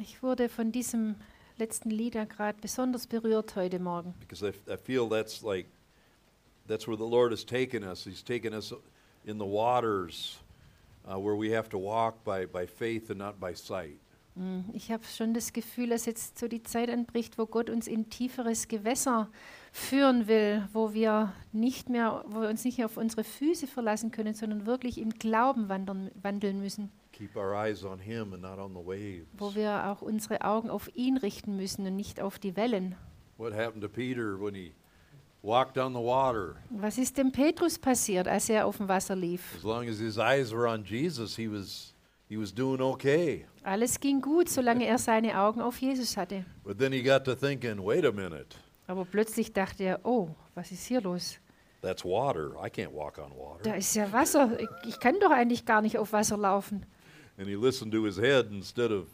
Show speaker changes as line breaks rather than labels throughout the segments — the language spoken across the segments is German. Ich wurde von diesem letzten Lied ja gerade besonders berührt heute Morgen,
because I, I feel that's like that's where the Lord has taken us. He's taken us in the waters uh, where we have to walk by, by faith and not by sight.
Ich habe schon das Gefühl, dass jetzt so die Zeit anbricht, wo Gott uns in tieferes Gewässer führen will, wo wir nicht mehr, wo wir uns nicht mehr auf unsere Füße verlassen können, sondern wirklich im Glauben wandern, wandeln müssen,
Keep our eyes on Him and not on the waves.
wo wir auch unsere Augen auf ihn richten müssen und nicht auf die Wellen.
What happened to Peter when he walked on the water?
Was ist dem Petrus passiert, als er auf dem Wasser lief?
As long as his eyes were on Jesus, he was he was doing okay.
Alles ging gut, solange er seine Augen auf Jesus hatte.
But then he got to thinking, wait a minute,
Aber plötzlich dachte er, oh, was ist hier los?
that's water. I can't walk on
Da
water.
ist ja Wasser. Ich- Ich kann doch eigentlich gar nicht auf Wasser laufen.
And he listened to his head instead of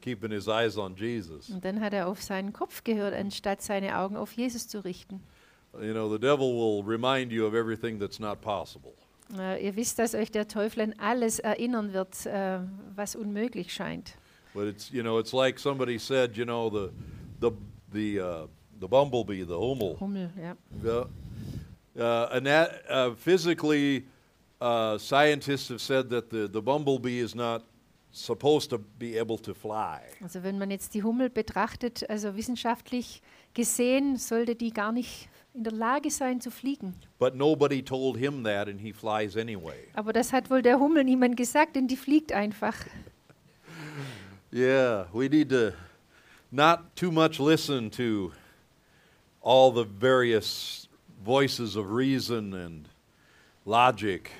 keeping his eyes on Jesus.
Und dann hat er auf seinen Kopf gehört, anstatt seine Augen auf Jesus zu richten.
You know, the devil will remind you of everything that's not possible.
Äh, ihr wisst, dass euch der Teufel an alles erinnern wird, äh, was unmöglich scheint.
But it's you know, it's like somebody said, you know, the the the uh, the bumblebee, the hummel,
Hummel, ja.
the, uh, ana- uh, physically, uh, scientists have said that the, the bumblebee is not supposed to be able to fly.
Also wenn man jetzt die Hummel betrachtet, also wissenschaftlich gesehen, sollte die gar nicht in der Lage sein zu fliegen.
But nobody told him that, and he flies anyway.
Aber das hat wohl der Hummel niemand gesagt, denn die fliegt einfach.
Yeah, we need to not too much listen to all the various voices of reason and logic.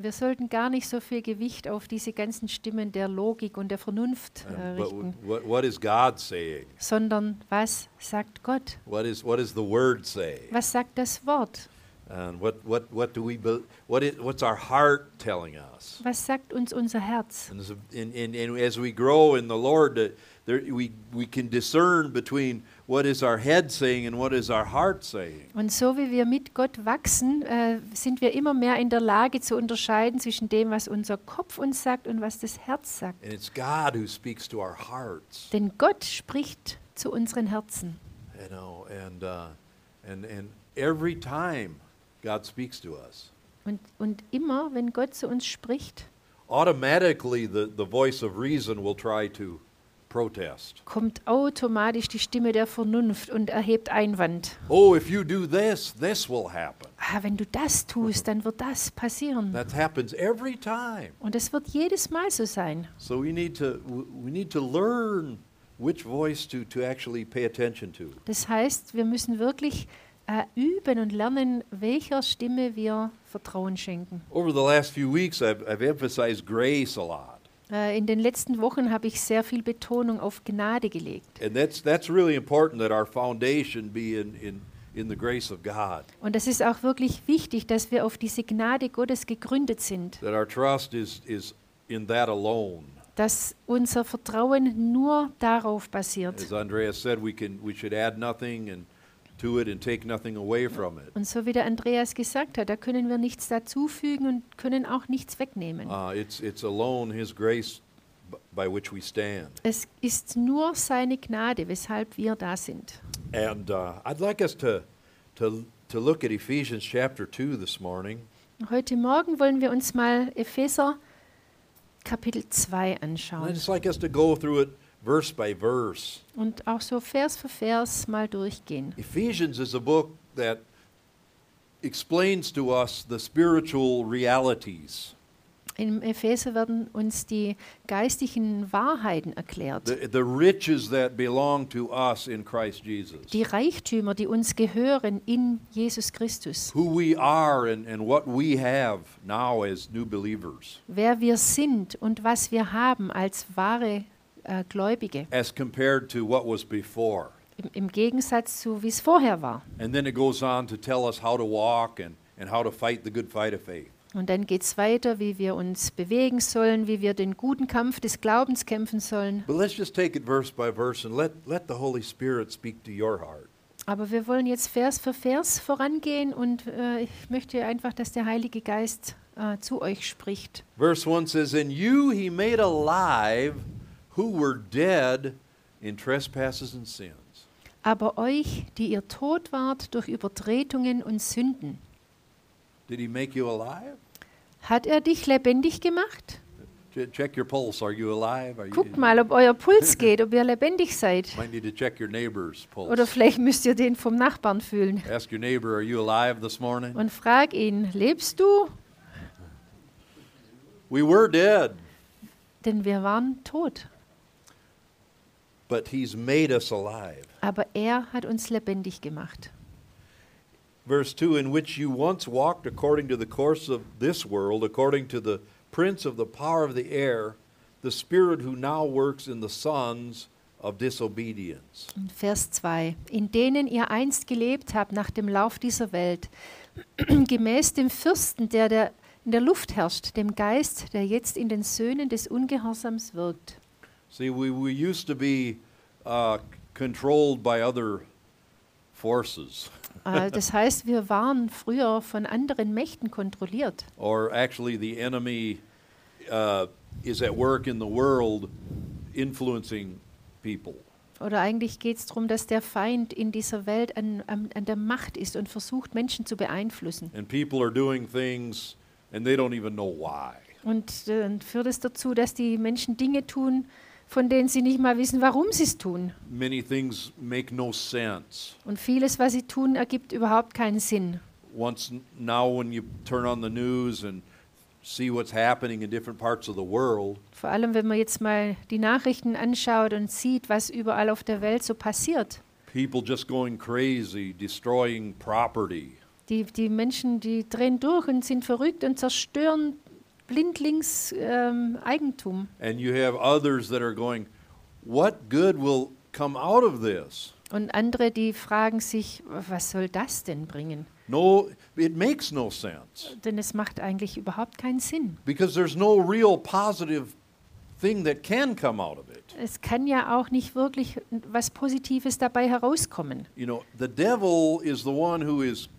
Wir sollten gar nicht so viel Gewicht auf diese ganzen Stimmen der Logik und der Vernunft äh,
And but
richten,
what, what is God saying?
sondern was sagt Gott?
What is what does the Word say?
Was sagt das Wort?
And what, what, what do we bel what is, what's our heart telling us?
Was sagt uns unser Herz?
And as, and, and, and as we grow in the Lord, that there, we, we can discern between what is our head saying and what is our heart saying.
Und so wie wir mit Gott wachsen, äh, sind wir immer mehr in der Lage zu unterscheiden zwischen dem, was unser Kopf uns sagt und was das Herz sagt.
And it's God who speaks to our hearts,
Denn Gott spricht zu unseren Herzen.
you know. And, uh, and, and every time God speaks to us,
Und, und immer, wenn Gott zu uns spricht,
automatically the, the voice of reason will try to protest.
kommt automatisch die Stimme der Vernunft und erhebt Einwand.
Oh, if you do this, this will happen.
ah, wenn du das tust, dann wird das passieren.
That happens every time.
Und es wird jedes Mal so sein.
So we need to w- we need to learn which voice to, to actually pay attention to.
Das heißt, wir müssen wirklich äh, üben und lernen, welcher Stimme wir Vertrauen schenken.
Over the last few weeks, I've, I've emphasized grace a lot,
Äh, in den letzten Wochen habe ich sehr viel Betonung auf Gnade gelegt.
and that's that's really important that our foundation be in in, in the grace of God,
Und das ist auch wirklich wichtig, dass wir auf diese Gnade Gottes gegründet sind,
that our trust is is in that alone.
dass unser Vertrauen nur darauf basiert.
As Andreas said, we can we should add nothing and to it and take nothing away from it.
Und so wie der Andreas gesagt hat, da können wir nichts dazufügen und können auch nichts wegnehmen.
Uh, it's it's alone His grace b- by which we stand.
Es ist nur seine Gnade, weshalb wir da sind.
And uh, I'd like us to, to, to look at Ephesians chapter 2 this morning.
Heute Morgen wollen wir uns mal Epheser Kapitel 2
I'd
anschauen
just like us to go through it verse by verse.
und auch so Vers für Vers mal durchgehen.
Ephesians is a book that explains to us the spiritual realities,
Im Epheser werden uns die geistigen Wahrheiten erklärt,
the, the riches that belong to us in Christ Jesus,
die Reichtümer, die uns gehören in Jesus Christus,
who we are and, and what we have now as new believers,
wer wir sind und was wir haben als wahre äh, Gläubige,
as compared to what was before.
im, im Gegensatz zu, wie es vorher war.
And then it goes on to tell us how to walk and, and how to fight the good fight of faith.
Und dann geht es weiter, wie wir uns bewegen sollen, wie wir den guten Kampf des Glaubens kämpfen sollen.
But let's just take it verse by verse and let, let the Holy Spirit speak to your heart.
Aber wir wollen jetzt Vers für Vers vorangehen und äh, ich möchte einfach, dass der Heilige Geist äh, zu euch spricht.
Verse 1 says, In you he made alive who were dead in trespasses and sins,
Aber euch, die ihr tot wart durch Übertretungen und Sünden,
did he make you alive?
hat er dich lebendig gemacht?
Ch- Check your pulse. Are you alive? Are you,
Guckt mal, ob euer Puls geht, ob ihr lebendig seid.
Might need to check your neighbor's pulse.
Oder vielleicht müsst ihr den vom Nachbarn fühlen.
Ask your neighbor, are you alive this morning?
Und frag ihn, lebst du?
We were dead,
Denn wir waren tot.
but he's made us alive.
Aber er hat uns lebendig gemacht.
Verse 2 In which you once walked according to the course of this world, according to the prince of the power of the air, the spirit who now works in the sons of disobedience.
Und Vers 2. In denen ihr einst gelebt habt nach dem Lauf dieser Welt, gemäß dem Fürsten, der, der in der Luft herrscht, dem Geist, der jetzt in den Söhnen des Ungehorsams wirkt.
See, we, we used to be uh, controlled by other forces,
Äh, Das heißt, wir waren früher von anderen Mächten kontrolliert.
or actually, the enemy uh, is at work in the world influencing people.
Oder eigentlich geht es darum, dass der Feind in dieser Welt an, an, an der Macht ist und versucht, Menschen zu beeinflussen.
And people are doing things and they don't even know why.
Und äh, führt es dazu, dass die Menschen Dinge tun, von denen sie nicht mal wissen, warum sie es tun.
Many things make no sense.
Und vieles, was sie tun, ergibt überhaupt keinen Sinn.
Once now, when you turn on the news and see what's happening in different parts of the world,
Vor allem, wenn man jetzt mal die Nachrichten anschaut und sieht, was überall auf der Welt so passiert.
people just going crazy, destroying property,
Die, die Menschen, die drehen durch und sind verrückt und zerstören blindlings ähm, Eigentum.
and you have others that are going, "What good will come out of this?"
Und andere, die fragen sich, was soll das denn bringen?
No, it makes no sense
Denn es macht eigentlich überhaupt keinen Sinn.
because there's no real positive thing that can come out of it.
Es kann ja auch nicht wirklich was Positives dabei herauskommen.
You know, the devil is the one who is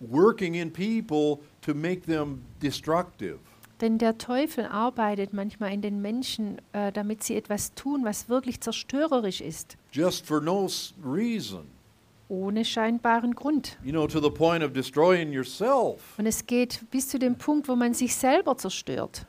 working in people to make them destructive.
Denn der Teufel arbeitet manchmal in den Menschen, äh, damit sie etwas tun, was wirklich zerstörerisch ist,
just for no s- reason,
ohne scheinbaren Grund.
you know, to the point of destroying yourself.
Und es geht bis zu dem Punkt, wo man sich selber zerstört.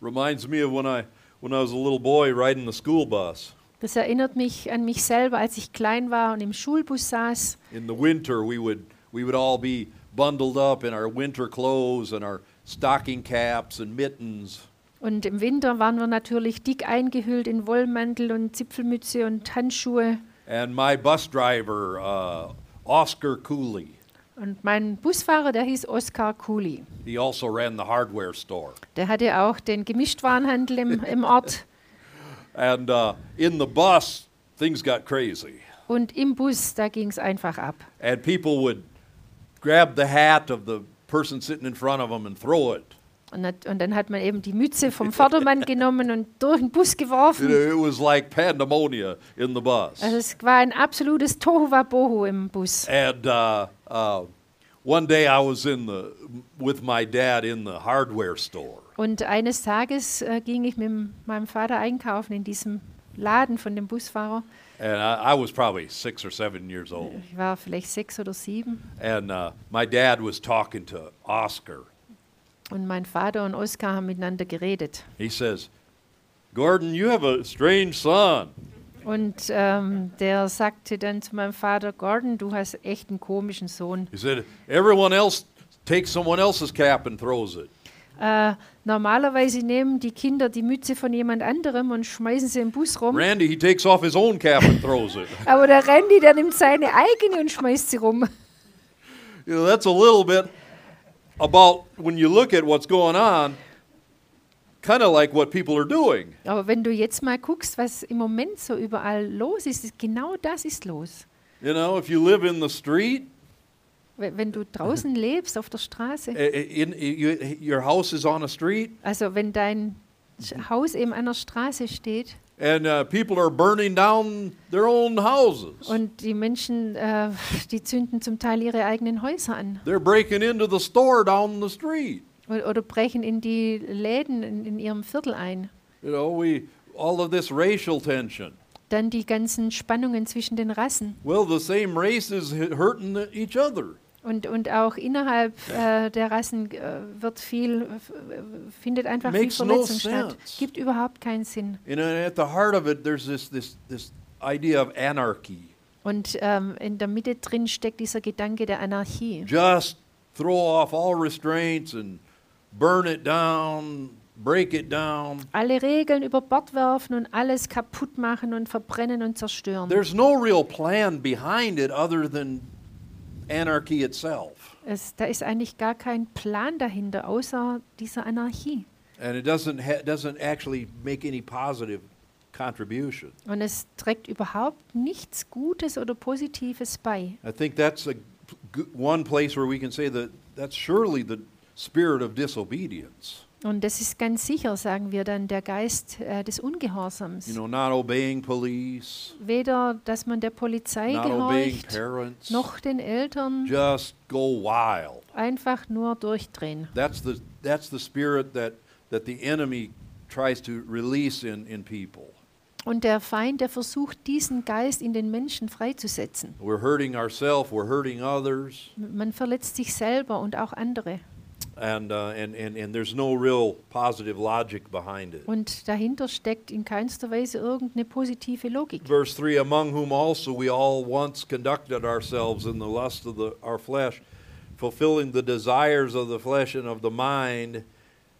Reminds me of when I when I was a little boy riding the school bus.
Das erinnert mich an mich selber, als ich klein war und im Schulbus saß.
In the winter, we would we would all be bundled up in our winter clothes and our stocking caps and mittens,
Und im Winter waren wir natürlich dick eingehüllt in Wollmantel und Zipfelmütze und Handschuhe.
and my bus driver, uh, Oscar Cooley,
Und mein Busfahrer, der hieß Oskar Kuli.
he also ran the hardware store.
Der hatte auch den Gemischtwarenhandel im, im Ort.
And uh, in the bus, things got crazy.
Und im Bus, da ging es einfach ab.
and people would grab the hat of the person sitting in front of them and throw it.
Und, hat, und dann hat man eben die Mütze vom Vordermann genommen und durch den Bus
You know,
geworfen.
It was like pandemonium in the bus.
Also es war ein absolutes Tohuwabohu im Bus.
And uh, uh, one day I was in the with my dad in the hardware store,
Und eines Tages äh, ging ich mit m- meinem Vater einkaufen in diesem Laden von dem Busfahrer.
and I, I was probably six or seven years old.
Ich war vielleicht sechs oder sieben.
And uh, my dad was talking to Oscar.
Und mein Vater und Oskar haben miteinander geredet.
He says, "Gordon, you have a strange son."
Und ähm, der sagte dann zu meinem Vater, Gordon, du hast echt einen komischen Sohn.
He said, "Everyone else takes someone else's cap and throws it."
Äh, normalerweise nehmen die Kinder die Mütze von jemand anderem und schmeißen sie im Bus rum.
Randy, he takes off his own cap and throws it.
Aber der Randy, der nimmt seine eigene und schmeißt sie rum.
You know, that's a little bit about when you look at what's going on, kind of like what people are doing.
Aber wenn du jetzt mal guckst, was im Moment so überall los ist, ist genau das ist los.
You know, if you live in the street,
We- Wenn du draußen lebst, auf der Straße,
eh, eh, in, eh, you, your house is on a street,
also wenn dein Sch- Haus eben an der Straße steht
and uh, people are burning down their own houses.
und die Menschen, äh, die zünden zum Teil ihre eigenen Häuser an
They're breaking into the store down the street.
o- oder brechen in die Läden in, in ihrem Viertel ein.
You know, we all of this racial tension.
Dann die ganzen Spannungen zwischen den Rassen
Well, the same race is hu- hurting each other.
und, und auch innerhalb äh, der Rassen äh, wird viel, f- äh, findet einfach viel
Makes no
Verletzung statt.
sense.
Gibt überhaupt keinen Sinn.
And uh, at the heart of it, there's this, this, this idea of anarchy.
Und ähm, in der Mitte drin steckt dieser Gedanke der Anarchie.
Just throw off all restraints and burn it down, break it down.
Alle Regeln über Bord werfen und alles kaputt machen und verbrennen und zerstören.
There's no real plan behind it other than anarchy itself.
Es, da ist eigentlich gar kein Plan dahinter, außer dieser Anarchie.
And it doesn't, ha- doesn't actually make any positive contribution.
Und es trägt überhaupt nichts Gutes oder Positives bei.
I think that's a g- one place where we can say that that's surely the spirit of disobedience.
Und das ist ganz sicher, sagen wir dann, der Geist äh, des Ungehorsams.
You know, not obeying police,
Weder, dass man der Polizei
not obeying
gehorcht,
parents,
noch den Eltern,
just go wild.
einfach nur durchdrehen.
That's the that's the spirit that that the enemy tries to release in in people.
Und der Feind, der versucht, diesen Geist in den Menschen freizusetzen.
We're hurting ourselves, we're hurting others,
Man verletzt sich selber und auch andere.
and uh, and and and there's no real positive logic behind it.
Und dahinter steckt in keinster Weise irgendeine positive Logik.
Verse 3 Among whom also we all once conducted ourselves in the lust of the, our flesh, fulfilling the desires of the flesh and of the mind,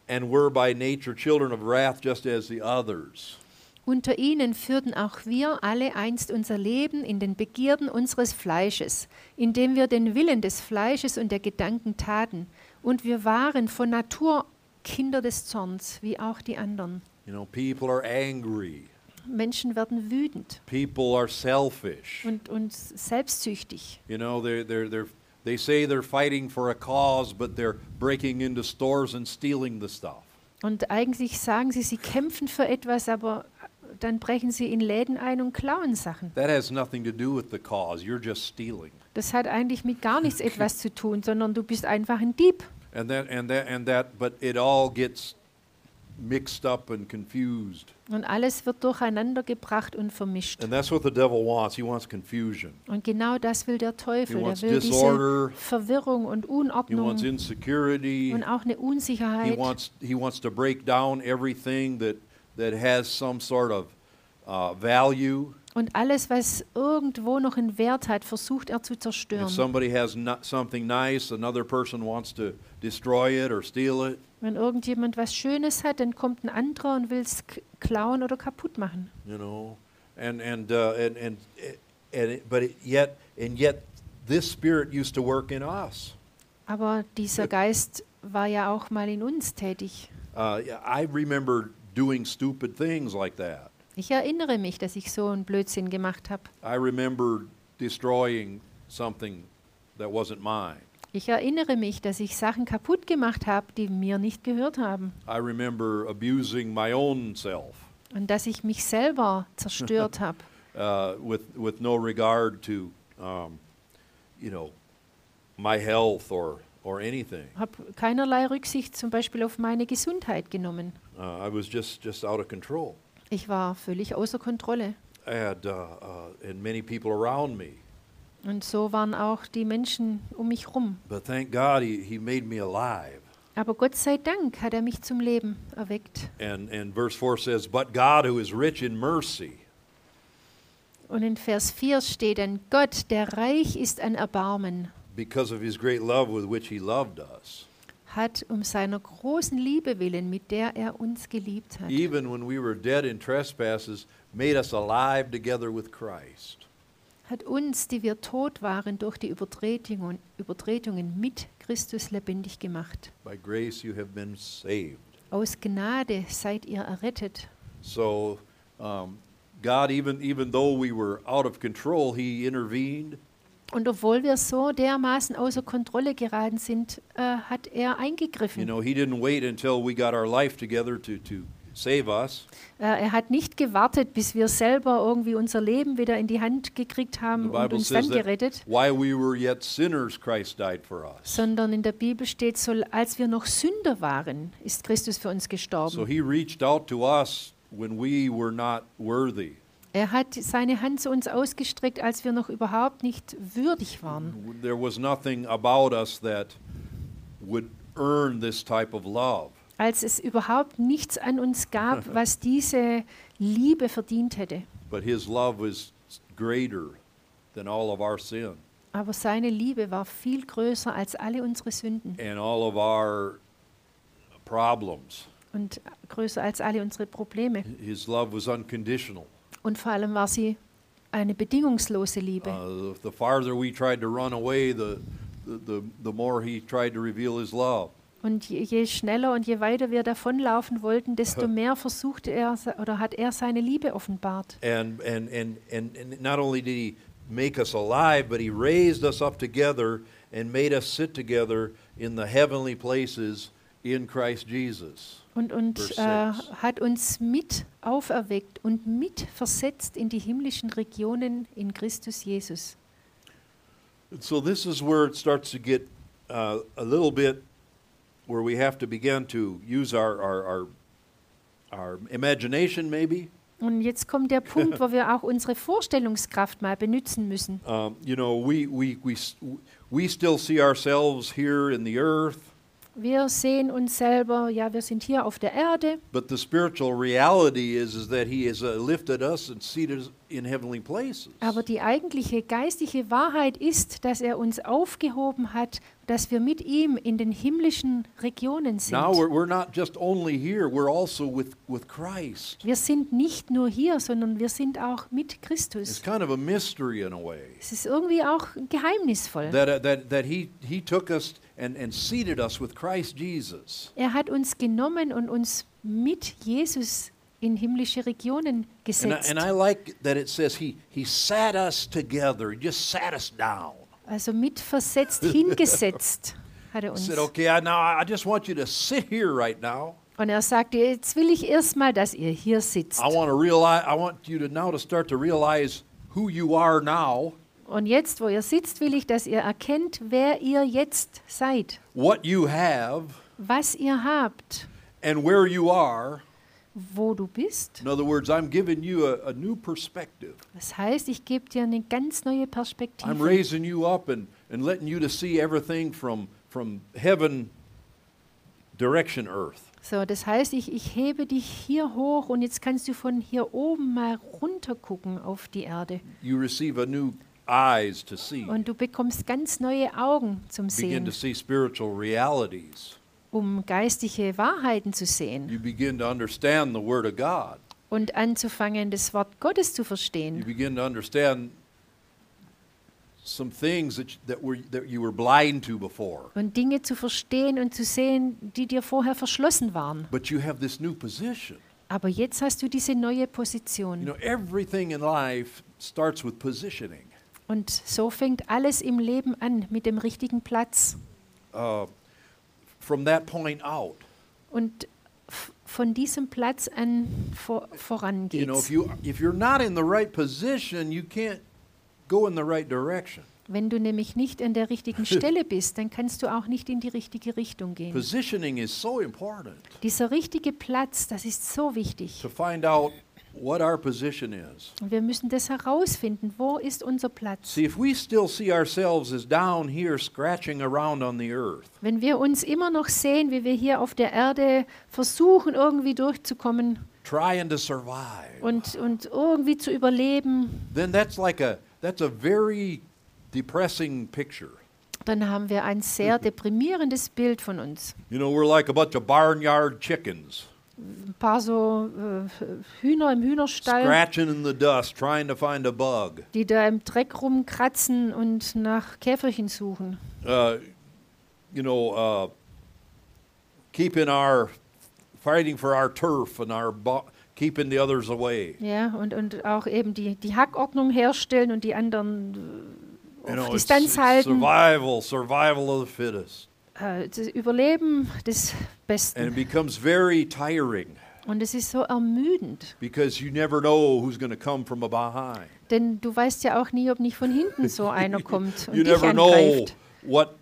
and were by nature children of wrath, just as the others.
Unter ihnen führten auch wir alle einst unser Leben in den Begierden unseres Fleisches, indem wir den Willen des Fleisches und der Gedanken taten. Und wir waren von Natur Kinder des Zorns, wie auch die anderen.
You know, people are angry,
Menschen werden wütend
people are selfish.
und, und selbstsüchtig.
You know, they're, they're, they're, they say they're fighting for a cause, but they're breaking into stores and stealing the stuff.
Und eigentlich sagen sie, sie kämpfen für etwas, aber dann brechen sie in Läden ein und klauen Sachen.
That has nothing to do with the cause, you're just stealing.
Das hat eigentlich mit gar nichts etwas zu tun, sondern du bist einfach ein Dieb.
And that, and that, and that, but it all gets mixed up and confused.
Und alles wird durcheinander gebracht und vermischt.
And that's what the devil wants. He wants confusion.
Und genau das will der Teufel.
He
Er
wants
will
disorder.
diese Verwirrung und
He wants
Unordnung
insecurity.
und auch eine
He
Unsicherheit.
wants, he wants to break down everything that, that has some sort of uh, value.
Und alles, was irgendwo noch einen Wert hat, versucht er zu
If
zerstören.
somebody has no- something nice, another person wants to destroy it or steal it.
Wenn irgendjemand was Schönes hat, dann kommt ein anderer und will es k- klauen oder kaputt machen.
You know, and and uh, and and and it, but it, yet and yet, this spirit used to work in us.
Aber dieser Geist war ja auch mal in uns tätig.
Uh, yeah, I remember doing stupid things like that.
Ich erinnere mich, dass ich so einen Blödsinn gemacht habe.
I remember destroying something that wasn't mine.
Ich erinnere mich, dass ich Sachen kaputt gemacht habe, die mir nicht gehört haben.
I remember abusing my own self
Und dass ich mich selber zerstört habe.
uh, with with no regard to, um, you know, my health or or anything.
habe keinerlei Rücksicht zum Beispiel auf meine Gesundheit genommen.
Uh, I was just just out of control.
Ich war völlig außer Kontrolle.
I had uh, uh, and many people around me.
Und so waren auch die Menschen um mich rum.
But thank God he, he made me alive.
Aber Gott sei Dank hat er mich zum Leben erweckt.
And and verse four says, But God who is rich in mercy.
Und in Vers 4 steht dann, Gott, der reich ist an Erbarmen,
because of his great love with which he loved us.
hat um seiner großen Liebe willen, mit der er uns geliebt hat,
Even when we were dead in trespasses, made us alive together with Christ.
hat uns, die wir tot waren durch die Übertretungen, Übertretungen mit Christus lebendig gemacht.
By grace you have been saved.
Aus Gnade seid ihr errettet.
So, um, God, even, even though we were out of control, he intervened.
Und obwohl wir so dermaßen außer Kontrolle geraten sind, äh, hat er eingegriffen.
You know, he didn't wait until we got our life together to, to save us.
äh, er hat nicht gewartet, bis wir selber irgendwie unser Leben wieder in die Hand gekriegt
The
haben und
Bible
uns
says
dann
that
gerettet,
while we were yet sinners, Christ died for us.
sondern in der Bibel steht, so, als wir noch Sünder waren, um ist Christus für uns gestorben.
So he reached out to us when we were not worthy.
Er hat seine Hand zu uns ausgestreckt, als wir noch überhaupt nicht würdig waren.
There was nothing about us that would earn this type of love.
Als es überhaupt nichts an uns gab, was diese Liebe verdient hätte.
But His love was greater than all of our sin
Aber seine Liebe war viel größer als alle unsere Sünden
and all of our problems.
und größer als alle unsere Probleme.
His love was unconditional.
Und vor allem war sie eine bedingungslose Liebe.
Uh, the farther we tried to run away, the, the, the, the more He tried to reveal His love.
Und je, je schneller und je weiter wir davonlaufen wollten, desto mehr versuchte er se- oder hat er seine Liebe offenbart.
And, and, and, and, and not only did he make us alive, but he raised us up together and made us sit together in the heavenly places in Christ Jesus.
Und, und
Verse
äh,
six.
hat uns mit auferweckt und mit versetzt in die himmlischen Regionen in Christus Jesus.
And so this is where it starts to get uh, a little bit where we have to begin to use our, our, our, our imagination, maybe.
Und jetzt kommt der Punkt, wo wir auch unsere Vorstellungskraft mal benutzen müssen.
Um, you know, we, we, we, s- we still see ourselves here in the earth,
Wir sehen uns selber, ja, wir sind hier auf der Erde,
But the spiritual reality is, is that He has uh, lifted us and seated us in heavenly places.
aber die eigentliche geistliche Wahrheit ist, dass er uns aufgehoben hat, dass wir mit ihm in den himmlischen Regionen sind.
Now we're, we're not just only here, we're also with, with Christ.
Wir sind nicht nur hier, sondern wir sind auch mit
It's
Christus.
kind of a mystery in a way
Es ist irgendwie auch geheimnisvoll.
that, uh, that, that he, he took us and, and seated us with Christ Jesus.
Er hat uns genommen und uns mit Jesus in himmlische Regionen
And I,
gesetzt.
and I like that it says he, he sat us together, He just sat us down.
also mit versetzt, hingesetzt hat er
He
uns.
said, okay, I, now I just want you to sit here right now.
Und er sagte, jetzt will ich erstmal, dass ihr hier sitzt.
I want to realize, I want you to now to start to realize who you are now.
Und jetzt, wo ihr sitzt, will ich, dass ihr erkennt, wer ihr jetzt seid,
what you have
was ihr habt,
and where you are.
wo du bist.
In other words, I'm giving you a, a new perspective.
Das heißt, ich gebe dir eine ganz neue
I'm
Perspektive.
raising you up and, and letting you to see everything from, from heaven direction earth.
So, das heißt, ich, ich hebe dich hier hoch und jetzt kannst du von hier oben mal runter gucken auf die Erde.
You receive a new eyes to see.
Und du bekommst ganz neue Augen zum
Begin to
Sehen,
see spiritual realities.
um geistige Wahrheiten zu sehen
You begin to understand the Word of God.
und anzufangen, das Wort Gottes zu verstehen.
You begin to understand some things that, you- that, were, that you were blind to before.
und Dinge zu verstehen und zu sehen, die dir vorher verschlossen waren.
But you have this new position.
Aber jetzt hast du diese neue
You
Position.
know, everything in life starts with positioning.
Und so fängt alles im Leben an mit dem richtigen Platz.
From that point out,
Und f- von diesem Platz an vor, voran
you know,
geht's.
if you if you're not in the right position, you can't go in the right direction.
Wenn du nämlich nicht an der richtigen Stelle bist, dann kannst du auch nicht in die richtige Richtung gehen.
Positioning is so important
Dieser richtige Platz, das ist so wichtig.
to find out what our position is.
Und wir müssen das herausfinden. Wo ist unser Platz?
See, if we still see ourselves as down here scratching around on the earth,
Wenn wir uns immer noch sehen, wie wir hier auf der Erde versuchen, irgendwie durchzukommen
trying to survive,
und, und irgendwie zu überleben,
then that's like a that's a very depressing picture.
dann haben wir ein sehr deprimierendes Bild von uns.
You know, we're like a bunch of barnyard chickens.
Ein paar so äh, Hühner im Hühnerstall,
scratching in the dust trying to find a bug.
die da im Dreck rumkratzen und nach Käferchen suchen.
Uh, you know, uh, keeping our fighting for our turf and our bo- keeping the others away.
Ja, und, und auch eben die, die Hackordnung herstellen und die anderen äh,
You
auf
know, it's,
Distanz
it's
halten.
survival, survival of the fittest,
Äh, das Überleben des
and it
Besten.
becomes very tiring
Und es ist so ermüdend.
because you never know who's going to come from behind.
Denn du weißt ja auch nie, ob nicht von hinten so einer kommt und
you
dich
never know
angreift.
what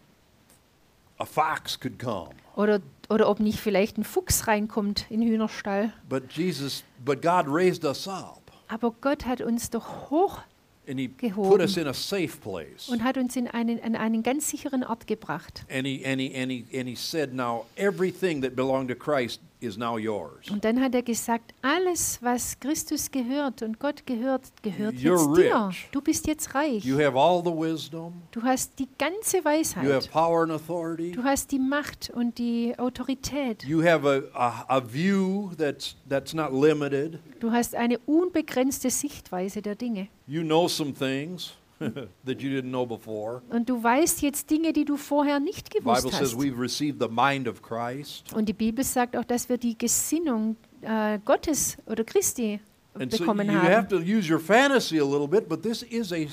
a fox could come.
Oder, oder ob nicht vielleicht ein Fuchs reinkommt in den Hühnerstall.
But Jesus, but God raised us up.
Aber Gott hat uns doch hoch
and he put
Gehoben.
us in a safe place.
und hat uns in einen, an einen ganz sicheren Ort gebracht.
And he, and, he, and, he, and he said, Now everything that belonged to Christ is now yours.
Und dann hat er gesagt, alles, was Christus gehört und Gott gehört, gehört
You're
jetzt dir.
rich.
Du bist jetzt reich.
You have all the wisdom,
du hast die ganze
you have
Weisheit.
power and authority,
Du hast die Macht und die Autorität.
you have a, a, a view that's, that's not limited,
Du hast eine unbegrenzte Sichtweise der Dinge.
you know some things that you didn't know before.
Und du weißt jetzt Dinge, die du vorher nicht
The Bible
gewusst
says
hast.
we've received the mind of Christ.
Und die Bibel sagt auch, dass wir die Gesinnung äh, Gottes oder Christi
And so
bekommen
you have
haben.
to use your fantasy a little bit, but this is a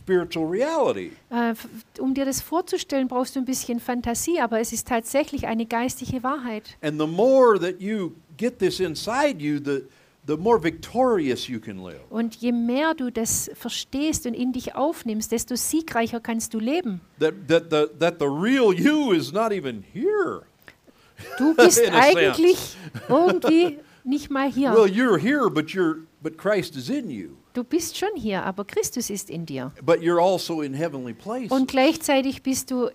spiritual reality.
Äh, f- um dir das vorzustellen, brauchst du ein bisschen Fantasie, aber es ist tatsächlich eine geistige Wahrheit.
And the more that you get this inside you, the, the more victorious you can live.
Und je mehr du das verstehst und in dich aufnimmst, desto siegreicher kannst du leben.
That, that, the, that the real you is not even here.
Du bist
In a
eigentlich irgendwie nicht mal
Well,
hier.
you're here, but, you're, but Christ is in you.
Du bist schon hier, aber Christus ist in dir.
But you're also in heavenly places.
Und gleichzeitig bist du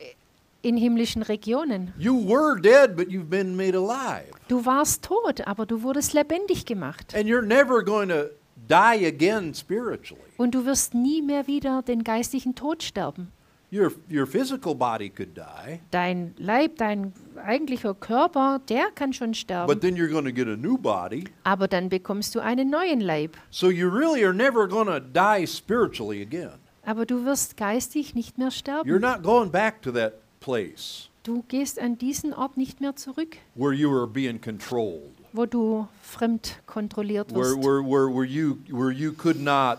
in himmlischen Regionen.
you were dead, but you've been made alive.
Du warst tot, aber du wurdest lebendig gemacht.
And you're never going to die again spiritually.
Und du wirst nie mehr wieder den geistlichen Tod sterben.
Your, your physical body could die,
Dein Leib, dein eigentlicher Körper, der kann schon sterben.
but then you're going to get a new body.
Aber dann bekommst du einen neuen Leib.
So you really are never going to die spiritually again.
Aber du wirst geistig nicht mehr
You're
sterben.
not going back to that place
Du gehst an diesen Ort nicht mehr zurück,
where you were being controlled,
wo du fremd kontrolliert
where,
wirst,
where, where, where, you, where you could not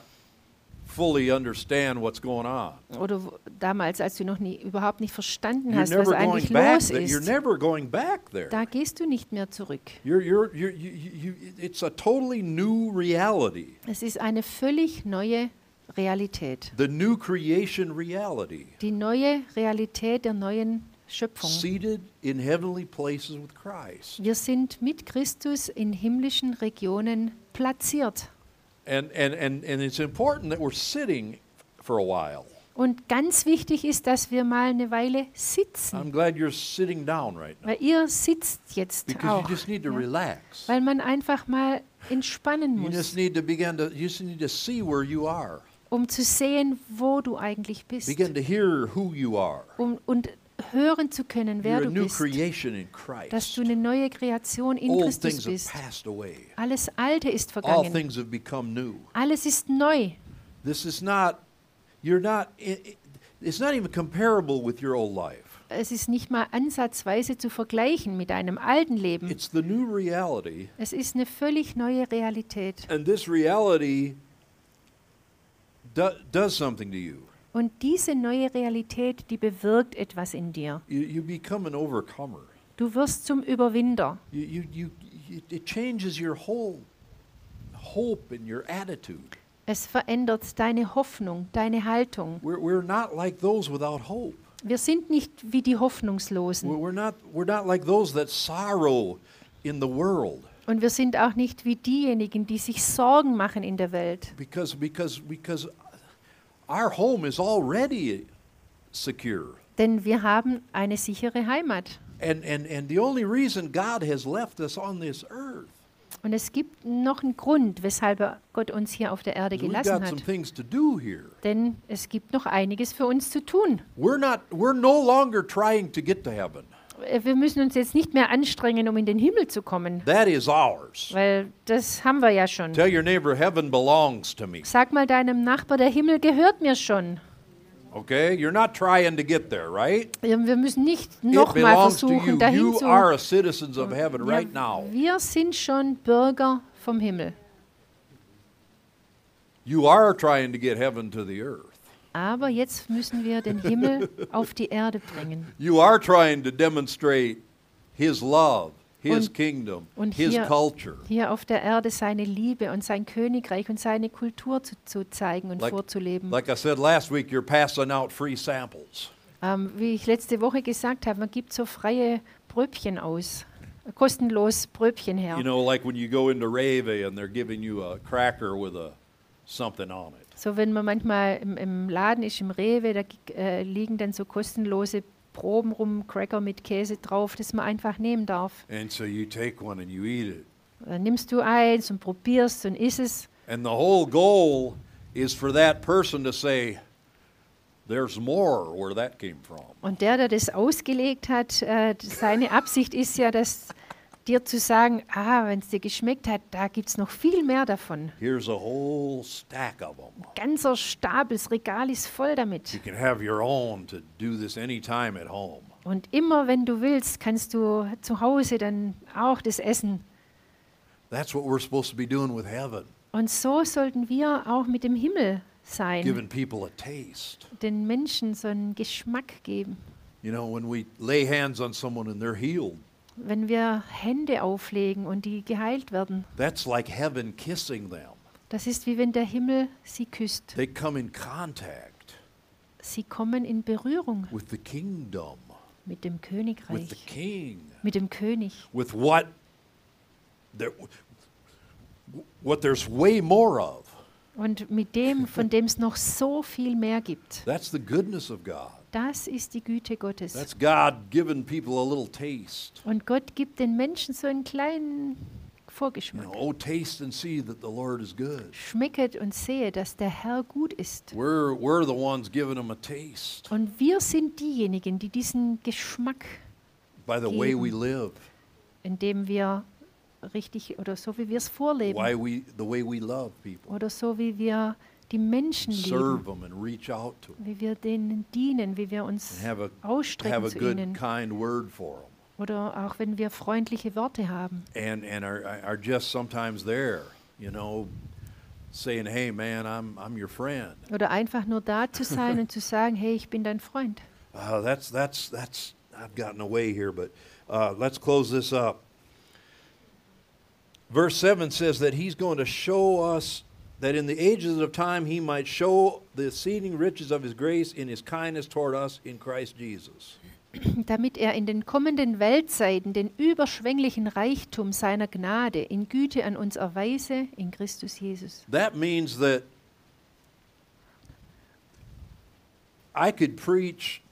fully understand what's going on.
oder wo- damals, als du noch nie, überhaupt nicht verstanden
You're
hast, was
never going
eigentlich
back
los
there. You're
ist.
never going back there.
Da gehst du nicht mehr zurück.
You're, you're, you're, you, you, you- it's a totally new reality,
Es ist eine völlig neue Realität.
the new creation reality,
Die neue Realität der neuen Schöpfung.
seated in heavenly places with Christ.
Wir sind mit Christus in himmlischen Regionen platziert.
And, and, and, and it's important that we're sitting for a while.
Und ganz wichtig ist, dass wir mal eine Weile sitzen,
I'm glad you're sitting down right now
weil ihr sitzt jetzt
because
auch,
you just need to
ja.
relax.
weil man einfach mal entspannen
You just
muss,
need to begin to you just need to see where you are.
um zu sehen, wo du eigentlich bist
Begin to hear who you are.
um, und hören zu können, wer
You're a
du
new
bist,
creation in
dass
Christ.
du eine neue Kreation in
All
Christus
things have
bist.
passed away.
Alles Alte ist
All
vergangen.
things have become new.
Alles ist neu.
This is not you're not i- i- it's not even comparable with your old life.
Es ist nicht mal ansatzweise zu vergleichen mit einem alten Leben.
It's the new reality.
Es ist eine völlig neue Realität.
And this reality do, does something to you.
Und diese neue Realität, die bewirkt etwas in dir.
You you become an overcomer.
Du wirst zum Überwinder.
You, you, you, you, it changes your whole hope and your attitude.
Es verändert deine Hoffnung, deine Haltung.
We're, we're not like those without hope.
Wir sind nicht wie die
We're,
Hoffnungslosen
we're, not, we're not like those that sorrow in the world
und wir sind auch nicht wie diejenigen, die sich Sorgen machen in der Welt,
because, because, because our home is already secure.
denn wir haben eine sichere Heimat.
And, and, and the only reason God has left us on this earth
Und es gibt noch einen Grund, weshalb er Gott uns hier auf der Erde
is we've got
gelassen
some
hat.
things to do here.
Denn es gibt noch einiges für uns zu tun.
We're, not, we're no longer trying to get to heaven.
Äh, Wir müssen uns jetzt nicht mehr anstrengen, um in den Himmel zu kommen,
That is ours.
weil das haben wir ja schon.
Tell your neighbor, heaven belongs to me.
Sag mal deinem Nachbar, der Himmel gehört mir schon.
Okay? You're not trying to get there, right?
Ja, Wir müssen nicht
it
nochmal
belongs to you.
versuchen, dahin
you
zu.
are a citizens of heaven
Ja,
right now.
wir sind schon Bürger vom Himmel,
You are trying to get heaven to the earth.
aber jetzt müssen wir den Himmel auf die Erde bringen.
You are trying to demonstrate his love, his
Und-
kingdom,
und
his
hier-
culture.
Hier auf der Erde seine Liebe und sein Königreich und seine Kultur zu, zu zeigen und
Like-
vorzuleben.
Like I said last week, you're passing out free samples.
Ähm, wie ich letzte Woche gesagt habe, man gibt so freie Bröbchen aus, kostenlos Bröbchen her.
You know, like when you go into Reve and they're giving you a cracker with a something on it.
So, wenn man manchmal im, im Laden ist, im Rewe, da gi- äh, liegen dann so kostenlose Proben rum, Cracker mit Käse drauf, das man einfach nehmen darf.
And so you take one and you eat it.
Dann nimmst du eins und probierst und isst es.
And the whole goal is for that person to say, there's more where that came from.
Und der, der das ausgelegt hat, äh, seine Absicht ist ja, dass dir zu sagen, ah, wenn es dir geschmeckt hat, da gibt es noch viel mehr davon.
Here's a whole stack of them.
Ganzer Stapel, das Regal ist voll
You
damit.
can have your own to do this anytime at home.
Und immer, wenn du willst, kannst du zu Hause dann auch das essen.
That's what we're supposed to be doing with heaven,
Und so sollten wir auch mit dem Himmel sein,
giving people a taste.
den Menschen so einen Geschmack geben.
You know, when we lay hands on someone and they're healed,
Wenn wir Hände auflegen und die geheilt werden,
that's like heaven kissing them.
das ist wie wenn der Himmel sie küsst.
They come in contact
Sie kommen in Berührung
with the kingdom,
mit dem
with the
Königreich.
king,
mit dem König,
with what there, what there's way more of.
und mit dem, von dem es noch so viel mehr gibt.
That's the goodness of God.
Das ist die Güte Gottes.
That's God giving people a little taste.
Und Gott gibt den Menschen so einen kleinen
You
Vorgeschmack.
know, oh, taste and see that the Lord is good.
Schmecket und sehe, dass der Herr gut ist.
We're, we're the ones giving them a taste
Und wir sind diejenigen, die diesen Geschmack,
by the way we live,
indem wir richtig oder so wie wir es vorleben
why we, the way we love people,
oder so wie wir die Menschen
serve
lieben,
them and reach out to them,
wie wir denen dienen, wie wir
and
uns
have a, have
ausstrecken
a
zu
good,
ihnen
kind word for them.
oder auch wenn wir freundliche Worte haben.
and and are are just sometimes there, you know, saying, "Hey, man, I'm I'm your friend."
Oder einfach nur da zu sein und zu sagen, hey, ich bin dein Freund.
Uh, that's that's that's I've gotten away here, but uh, let's close this up. Verse seven says that he's going to show us that in the ages of time he might show the exceeding riches of his grace in his kindness toward us in Christ Jesus.
Damit er in den kommenden Weltzeiten den überschwänglichen Reichtum seiner Gnade in Güte an uns erweise, in Christus Jesus.
That means that I could preach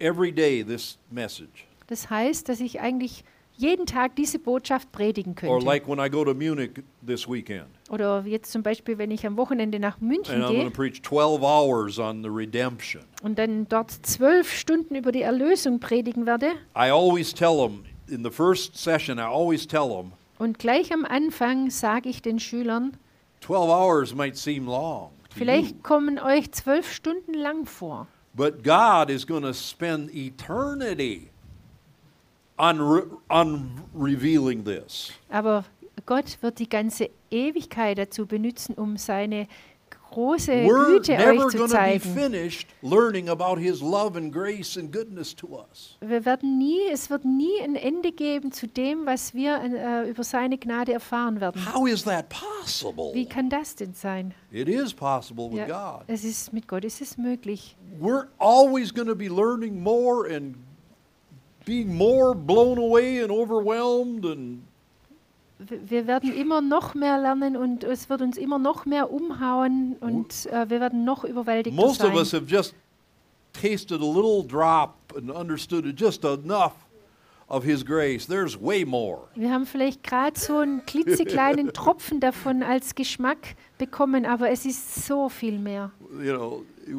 every day this message.
Das heißt, dass ich eigentlich jeden Tag diese Botschaft predigen
Or
könnte.
like when I go to Munich this weekend
Oder jetzt zum Beispiel, wenn ich am Wochenende nach München
and I'm going to
gehe
preach 12 hours on the redemption.
und dann dort zwölf Stunden über die Erlösung predigen werde.
I always tell them in the first session I always tell them
Und gleich am Anfang sage ich den Schülern,
Mhm. 12 hours might seem long to you,
vielleicht kommen euch zwölf Stunden lang vor.
but God is going to spend eternity on re- on revealing this.
Aber Gott wird die ganze Ewigkeit dazu benutzen, um seine große
We're
Äh, Güte
never
euch zu
going to be
zeigen.
finished learning about His love and grace and goodness to us.
Wir werden nie, es wird nie ein Ende geben zu dem, was wir äh, über seine Gnade erfahren werden.
How is that possible?
Wie kann das denn sein?
It is possible with God.
es ist mit Gott ist es möglich.
We're always going to be learning more and being more blown away and overwhelmed and
Wir wir werden immer noch mehr lernen und es wird uns immer noch mehr umhauen und äh, wir werden noch überwältigter
most of us
sein.
have just tasted a little drop and understood it just enough of his grace. There's way more.
Wir haben vielleicht gerade so einen klitzekleinen Tropfen davon als Geschmack bekommen, aber es ist so viel mehr.
You know, we,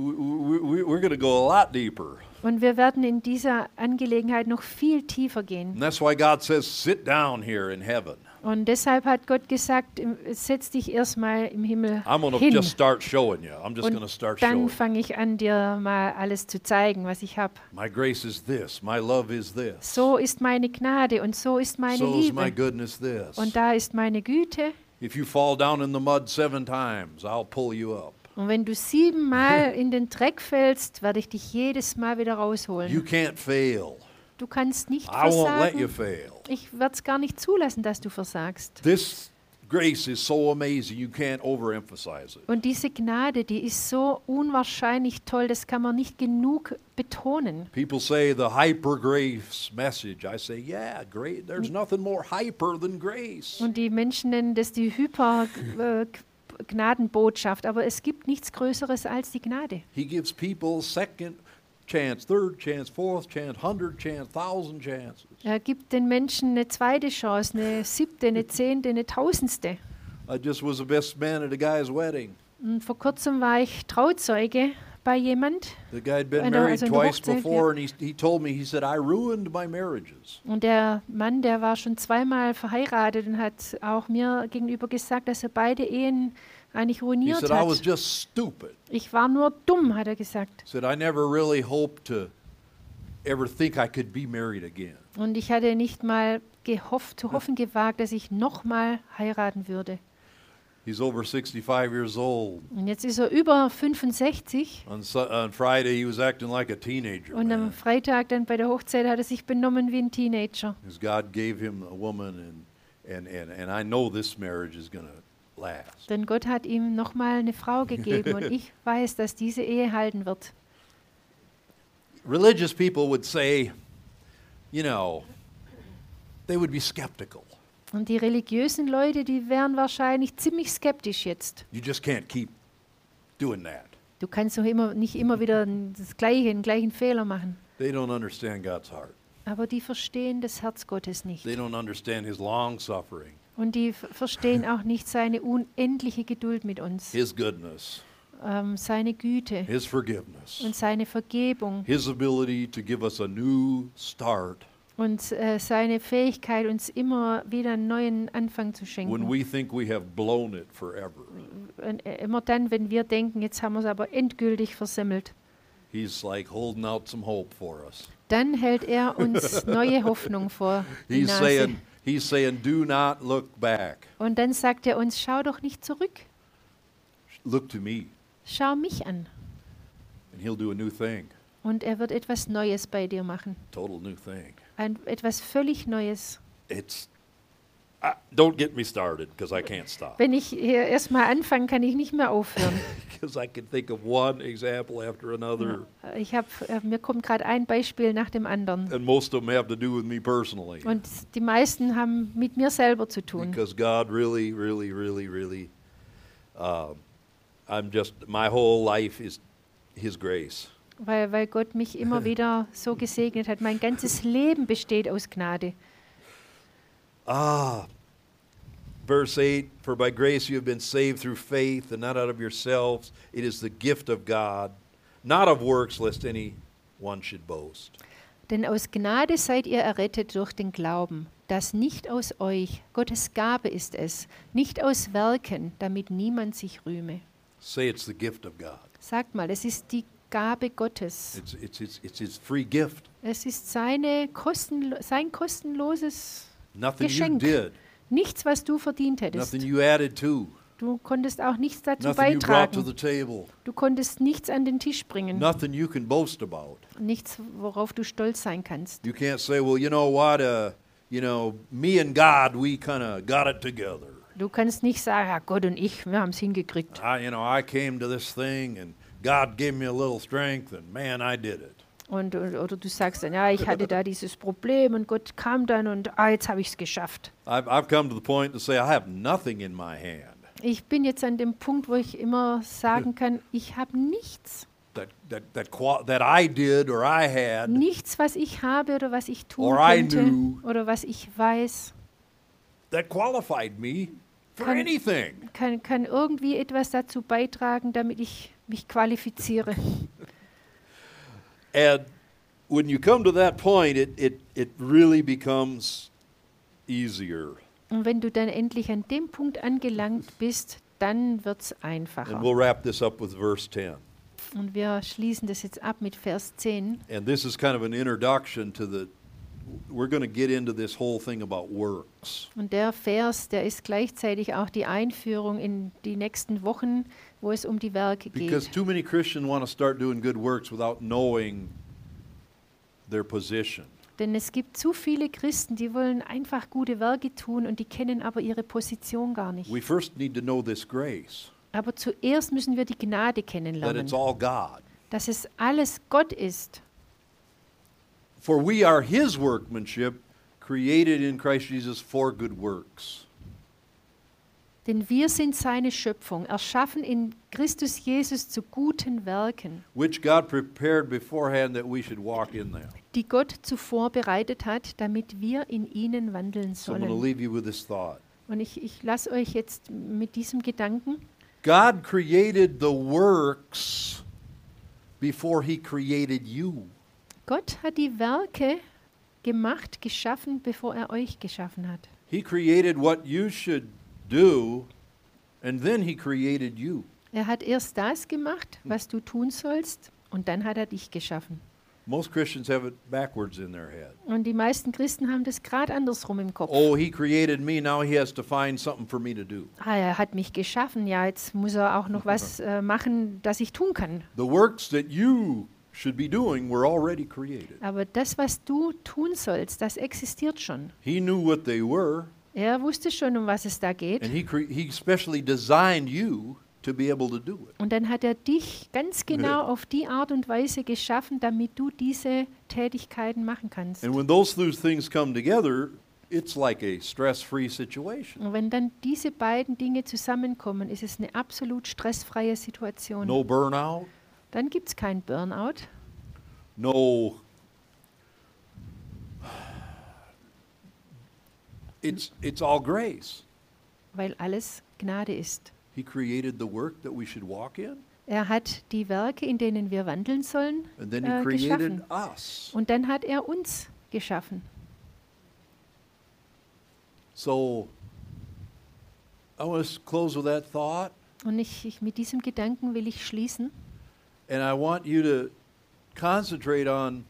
we, we're going to go a lot deeper.
Und wir werden in dieser Angelegenheit noch viel tiefer gehen.
And that's why God says, sit down here in heaven.
Und deshalb hat Gott gesagt, im- setz dich erstmal im Himmel
I'm going to
hin.
just start showing you. I'm just going to
Und
start
dann
showing.
fange ich an, dir mal alles zu zeigen, was ich habe.
My grace is this. My love is this.
So ist meine Gnade und so ist meine
so is my
Liebe.
goodness this.
Und da ist meine Güte.
if you fall down in the mud seven times, I'll pull you up.
Und wenn du siebenmal in den Dreck fällst, werde ich dich jedes Mal wieder
You
rausholen.
can't fail.
Du kannst nicht
I won't let you
versagen.
fail.
Ich werde es gar nicht zulassen, dass du versagst.
This grace is so amazing. You can't overemphasize it.
Und diese Gnade, die ist so unwahrscheinlich toll, das kann man nicht genug betonen.
People say the hyper grace message. I say, yeah, great. There's nothing more hyper than grace.
Und die Menschen nennen das die Hyper, äh, K- Gnadenbotschaft. Aber es gibt nichts Größeres als die Gnade.
He gives people second chance, third chance, fourth chance, hundred chance, thousand chances.
Er gibt den Menschen eine zweite Chance, eine siebte, eine zehnte, eine tausendste.
I just was the best man at a guy's wedding.
Und vor kurzem war ich Trauzeuge bei jemand
The guy had been
And, uh,
married
also in the
twice
Hochzeit, yeah.
before, and he, he told me, he said, I ruined my marriages.
und der Mann, der war schon zweimal verheiratet und hat auch mir gegenüber gesagt, dass er beide Ehen eigentlich
He
ruiniert
said, I was
hat.
just stupid.
Ich war nur dumm, hat er gesagt.
He said, I never really hoped to ever think I could be married again.
Und ich hatte nicht mal gehofft, zu hoffen gewagt, dass ich nochmal heiraten würde.
He's over 65 years old.
Und jetzt ist er über 65
On, Su- on Friday, he was acting like a teenager.
und am
Man.
Freitag dann bei der Hochzeit hat er sich benommen wie ein Teenager.
'Cause God gave him a woman, and, and, and, and I know this marriage is going to last.
Denn Gott hat ihm nochmal eine Frau gegeben und ich weiß, dass diese Ehe halten wird.
Religious people would say, you know, they would be skeptical.
Und die religiösen Leute, die wären wahrscheinlich ziemlich skeptisch jetzt.
You just can't keep doing that.
Du kannst doch immer, nicht immer wieder das Gleiche, den gleichen Fehler machen.
They don't understand God's heart.
Aber die verstehen das Herz Gottes nicht.
They don't understand his long suffering,
Und die f- verstehen auch nicht seine unendliche Geduld mit uns,
his goodness,
ähm, seine Güte
his forgiveness,
und seine Vergebung
his ability to give us a new start
und äh, seine Fähigkeit, uns immer wieder einen neuen Anfang zu
when
schenken.
we think we have blown it forever.
Und, äh, immer dann, wenn wir denken, jetzt haben wir es aber endgültig versemmelt,
He's like holding out some hope for us.
dann hält er uns neue Hoffnung vor. Die
He's
Nase.
saying, he's saying, do not look back.
Und dann sagt er uns, schau doch nicht zurück,
Look to me,
schau mich an.
and he'll do a new thing,
Und er wird etwas Neues bei dir machen,
total new thing.
ein, etwas völlig Neues.
It's I, don't get me started because I can't stop.
Wenn ich hier erstmal anfange, kann ich nicht mehr aufhören.
Because I can think of one example after another,
Ich hab, äh, mir kommt gerade ein Beispiel nach dem anderen.
and most of them have to do with me personally.
Und die meisten haben mit mir selber zu tun.
because God really, really, really, really, um, I'm just my whole life is His grace.
Weil, weil Gott mich immer wieder so gesegnet hat. Mein ganzes Leben besteht aus Gnade.
Ah, verse eight: For by grace you have been saved through faith, and not out of yourselves; it is the gift of God, not of works, lest any one should boast.
Denn aus Gnade seid ihr errettet durch den Glauben, das nicht aus euch, Gottes Gabe ist es, nicht aus Werken, damit niemand sich rühme.
Say it's the gift of God.
Sagt mal, es ist die Gabe Gottes.
It's it's it's, it's His free gift.
Es ist seine kostenlo sein kostenloses
Nothing
Geschenk.
you did,
Nichts, was du verdient hättest.
nothing you added to,
Du konntest auch nichts dazu
nothing you brought to the
beitragen.
table,
Du konntest nichts an den Tisch bringen.
nothing you can boast about.
Nichts, worauf du stolz sein kannst.
You can't say, well, you know what, uh, you know, me and God, we kind of got it together.
Du kannst nicht sagen, ja, Gott und ich, wir haben es hingekriegt.
I, you know, I came to this thing and God gave me a little strength and man, I did it.
Und, und- oder du sagst dann, ja, ich hatte da dieses Problem und Gott kam dann und ah, jetzt habe ich es geschafft.
I've, I've come to the point to say I have nothing in my hand
Ich bin jetzt an dem Punkt, wo ich immer
Hm.
sagen kann, ich habe nichts.
that, that, that, qua- that I did or I had
Nichts, was ich habe oder was ich tun
Or I
könnte
knew.
oder was ich weiß,
that qualified me for
Kann-
anything.
kann, kann irgendwie etwas dazu beitragen, damit ich mich qualifiziere.
And when you come to that point, it, it, it really becomes easier.
Und wenn du dann endlich an dem Punkt angelangt bist, dann wird es
And
einfacher.
we'll wrap this up with verse 10.
Und wir schließen das jetzt ab mit Vers 10.
And this is kind of an introduction to the, we're going to get into this whole thing about works.
Und der Vers, der ist gleichzeitig auch die Einführung in die nächsten Wochen, wo es um die Werke
Because
geht.
too many Christians want to start doing good works without knowing their position.
Denn es gibt zu viele Christen, die wollen einfach gute Werke tun und die kennen aber ihre Position gar nicht.
We first need to know this grace,
Aber zuerst müssen wir die Gnade
that
kennenlernen,
it's all God.
dass es alles Gott ist.
For we are His workmanship, created in Christ Jesus for good works.
Denn wir sind seine Schöpfung, erschaffen in Christus Jesus zu guten Werken,
which God prepared beforehand that we should walk in them.
die Gott zuvor bereitet hat, damit wir in ihnen wandeln
So I'm going to
sollen.
leave you with this thought.
Und ich, ich lasse euch jetzt mit diesem Gedanken.
God created the works before he created you.
Gott hat die Werke gemacht, geschaffen, bevor er euch geschaffen hat.
He created what you should do, and then he created you.
Er hat erst das gemacht, was du tun sollst, und dann hat er dich geschaffen.
Most Christians have it backwards in their head.
Und die meisten Christen haben das gerade andersrum im Kopf.
Oh, he created me, now he has to find something for me to do.
Ah, er hat mich geschaffen, ja, jetzt muss er auch noch was äh, machen, das ich tun kann.
The works that you should be doing were already created.
Aber das, was du tun sollst, das existiert schon.
He knew what they were,
Er wusste schon, um was es da
and
geht.
he, cre- he specially designed you to be able to do it.
Und dann hat er dich ganz genau auf die Art und Weise geschaffen, damit du diese Tätigkeiten machen kannst.
And when those two things come together, it's like a stress free situation.
Und wenn dann diese beiden Dinge zusammenkommen, ist es eine absolut stressfreie Situation.
No burnout,
Dann gibt es keinen Burnout,
no. It's, it's all grace.
weil alles Gnade ist.
He created the work that we should walk in,
Er hat die Werke, in denen wir wandeln sollen,
and then
äh,
He created
geschaffen.
us.
Und dann hat er uns geschaffen.
So I want to close with that thought,
Und ich, ich, mit diesem Gedanken will ich schließen.
and I want you to concentrate on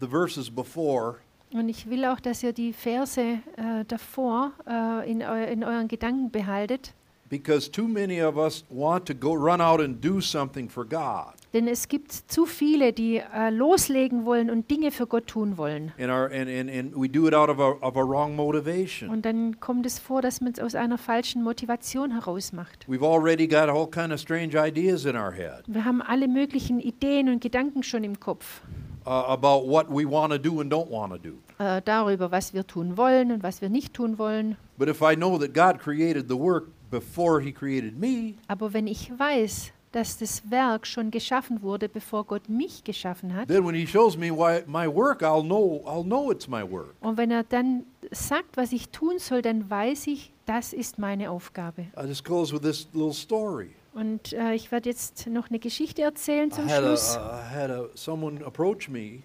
the verses before
Und ich will auch, dass ihr die Verse äh, davor äh, in, eu in euren Gedanken behaltet.
Because too many of us want to go run out and do something for God.
Denn es gibt zu viele, die äh, loslegen wollen und Dinge für Gott tun wollen.
And, our, and, and, and we do it out of a, of a wrong motivation.
Und dann kommt es vor, dass man es aus einer falschen Motivation heraus macht.
We've already got all kind of strange ideas in our head
Wir haben alle möglichen Ideen und Gedanken schon im Kopf
uh, about what we want to do and don't want to do.
äh, darüber, was wir tun wollen und was wir nicht tun wollen.
But if I know that God created the work before He created me,
Aber wenn ich weiß, dass das Werk schon geschaffen wurde, bevor Gott mich geschaffen hat,
then when He shows me why my work, I'll know I'll know it's my work.
und wenn er dann sagt, was ich tun soll, dann weiß ich, das ist meine Aufgabe.
I'll just close with this little story.
Und äh, ich werde jetzt noch eine Geschichte erzählen
I
zum
had, a, uh,
Schluss.
I had a, someone approach me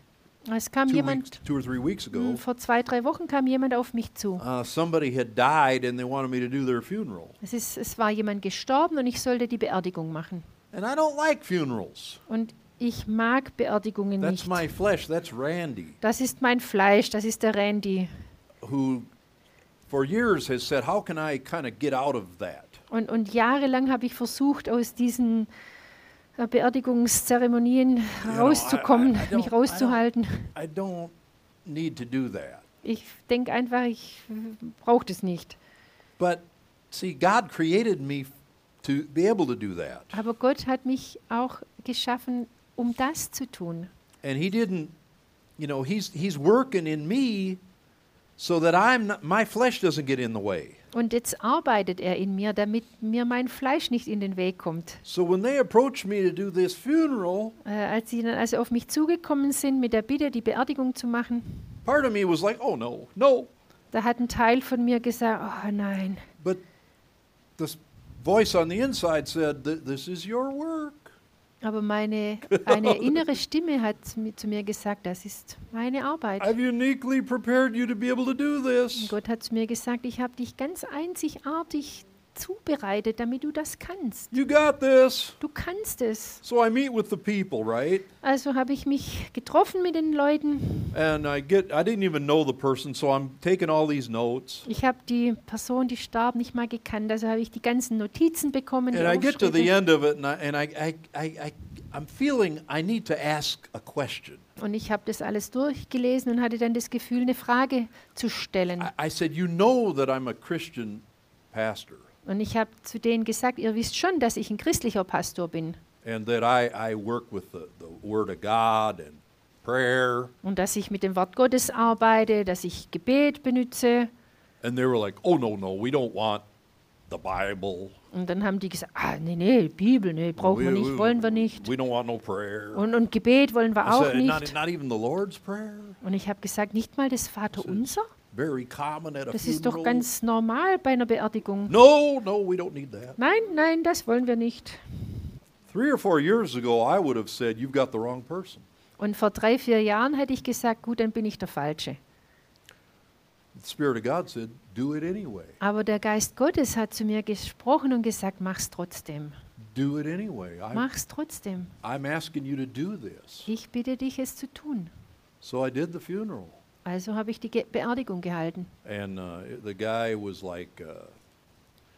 Es kam
two,
jemand,
weeks, two or three weeks ago.
mh, vor zwei, drei Wochen kam jemand auf mich zu.
uh, somebody had died and they wanted me to do their funeral.
Es, ist, es war jemand gestorben und ich sollte die Beerdigung machen.
And I don't like funerals.
Und ich mag Beerdigungen
That's
nicht.
my flesh. That's Randy,
Das ist mein Fleisch, das ist der Randy.
who for years has said, How can I kind of get out of that?
Und, und jahrelang habe ich versucht, aus diesen äh, Beerdigungszeremonien
know,
rauszukommen,
I- I- I don't- I
mich
don't-
rauszuhalten.
I don't need to do that.
Ich denke einfach, ich brauche das nicht.
But see, God created me f- to be able to do that.
Aber Gott hat mich auch geschaffen, um das zu tun.
And He didn't, you know, He's, he's working in me so that I'm not, my flesh doesn't get in the way.
Und jetzt arbeitet er in mir, damit mir mein Fleisch nicht in den Weg kommt.
So when they approached me to do this funeral,
Äh, als sie dann also auf mich zugekommen sind mit der Bitte, die Beerdigung zu machen,
part of me was like, Oh, no, no,
da hat ein Teil von mir gesagt, oh nein.
But this voice on the inside said, "Th- This is your work.
Aber meine
Genau.
eine innere Stimme hat zu mi- zu mir gesagt, das ist meine Arbeit.
I've uniquely prepared you to be able to do
Und
this.
Gott hat zu mir gesagt, ich habe dich ganz einzigartig zubereitet, damit du das kannst.
You got this.
Du kannst es.
So I meet with the people, right?
Also habe ich mich getroffen mit den Leuten.
And I get, I didn't even know the person, so I'm taking all these notes.
Ich habe die Person, die starb, nicht mal gekannt. Also habe ich die ganzen Notizen bekommen. Die
And I get to
Aufschritte.
the end of it, and, I, and I, I, I, I, I'm feeling I need to ask a question.
Und ich habe das alles durchgelesen und hatte dann das Gefühl, eine Frage zu stellen.
I, I said, You know that I'm a Christian pastor
Und ich habe zu denen gesagt, ihr wisst schon, dass ich ein christlicher Pastor bin.
and that I, I work with the, the Word of God and prayer.
Und dass ich mit dem Wort Gottes arbeite, dass ich Gebet benütze.
And they were like, oh, no, no, we don't want the Bible.
Und dann haben die gesagt, ah, nee, nee, Bibel, nee, brauchen wir nicht, wollen wir nicht.
we don't want no prayer.
Und, und Gebet wollen wir
I
auch
said, not, e-,
nicht.
not even the Lord's Prayer.
Und ich habe gesagt, nicht mal das Vaterunser?
Very common at a
Das ist doch
funeral.
ganz normal bei einer Beerdigung.
no, no, we don't need that.
Nein, nein, das wollen wir nicht.
Three or four years ago, I would have said, You've got the wrong person.
Und vor drei, vier Jahren hätte ich gesagt, gut, dann bin ich der Falsche.
The Spirit of God said, Do it anyway.
Aber der Geist Gottes hat zu mir gesprochen und gesagt, mach's trotzdem.
Do it anyway. I,
Mach's trotzdem.
I'm asking you to do this.
Ich bitte dich, es zu tun.
So I did the funeral.
Also habe ich die Ge Beerdigung gehalten.
And uh, the guy was like, uh,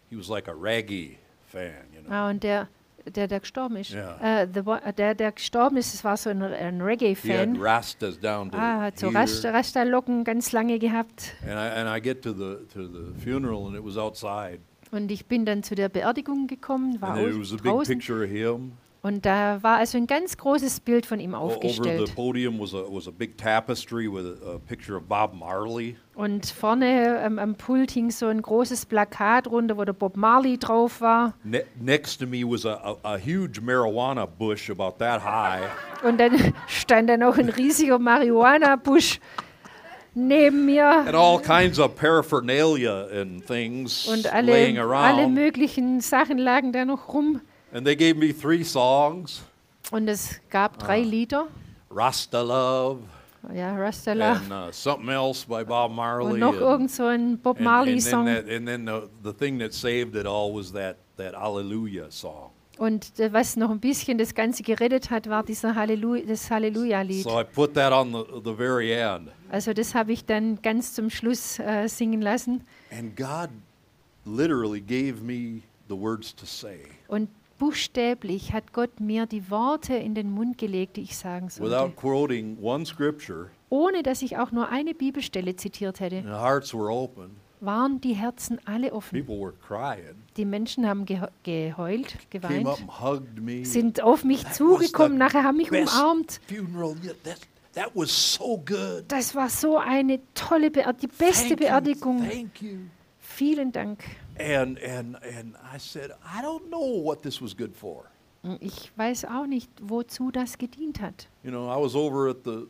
he was like a raggy fan, you know.
Ah, und der, der, der gestorben ist,
Ja.
äh, the one- äh, der, der gestorben ist, es war so ein, ein
He had
Reggae-Fan.
rastas down to
Ah, hat so
here.
Rasta- Rasta-Locken ganz lange gehabt.
And I, and I get to the to the funeral and it was outside.
Und ich bin dann zu der Beerdigung gekommen, war
and there was
au-
a big
draußen.
picture of him.
Und da war also ein ganz großes Bild von ihm
O- Over the
aufgestellt.
podium was a was a big tapestry with a, a picture of Bob Marley.
Und vorne ähm, am Pult hing so ein großes Plakat runter, wo der Bob Marley drauf war.
Ne- next to me was a, a, a huge marijuana bush about that high.
Und dann stand da noch ein riesiger Marihuana-Busch neben mir.
and all kinds of paraphernalia and things
Und
laying
alle, alle
around.
möglichen Sachen lagen da noch rum.
and they gave me three songs:
Und es gab
Ah.
drei Lieder.
Rasta Love
Ja, Rastala.
and uh, something else by Bob Marley.
Und noch
and-
irgend so ein Bob
and- and then
Marley-Song.
that- And then the, the thing that saved it all was that that Alleluia song.
Und äh, was noch ein bisschen das Ganze gerettet hat, war dieser Hallelu das Halleluja-Lied.
So I put that on the, the very end.
Also das habe ich dann ganz zum Schluss äh, singen lassen.
And God literally gave me the words to say
Und buchstäblich hat Gott mir die Worte in den Mund gelegt, die ich sagen sollte.
without quoting one scripture.
Ohne dass ich auch nur eine Bibelstelle zitiert hätte,
And the hearts were open.
waren die Herzen alle offen.
People were crying.
Die Menschen haben gehe geheult,
Came up
geweint,
and hugged me.
sind auf mich
was
zugekommen,
the
nachher haben mich
best
umarmt.
Funeral. Yeah, That, that was so good.
Das war so eine tolle Beerdigung, die beste
Thank you,
Beerdigung.
Thank you.
Vielen Dank.
And and and I said, I don't know what this was good for.
Hm, Ich weiß auch nicht, wozu das gedient hat.
You know, I was over at the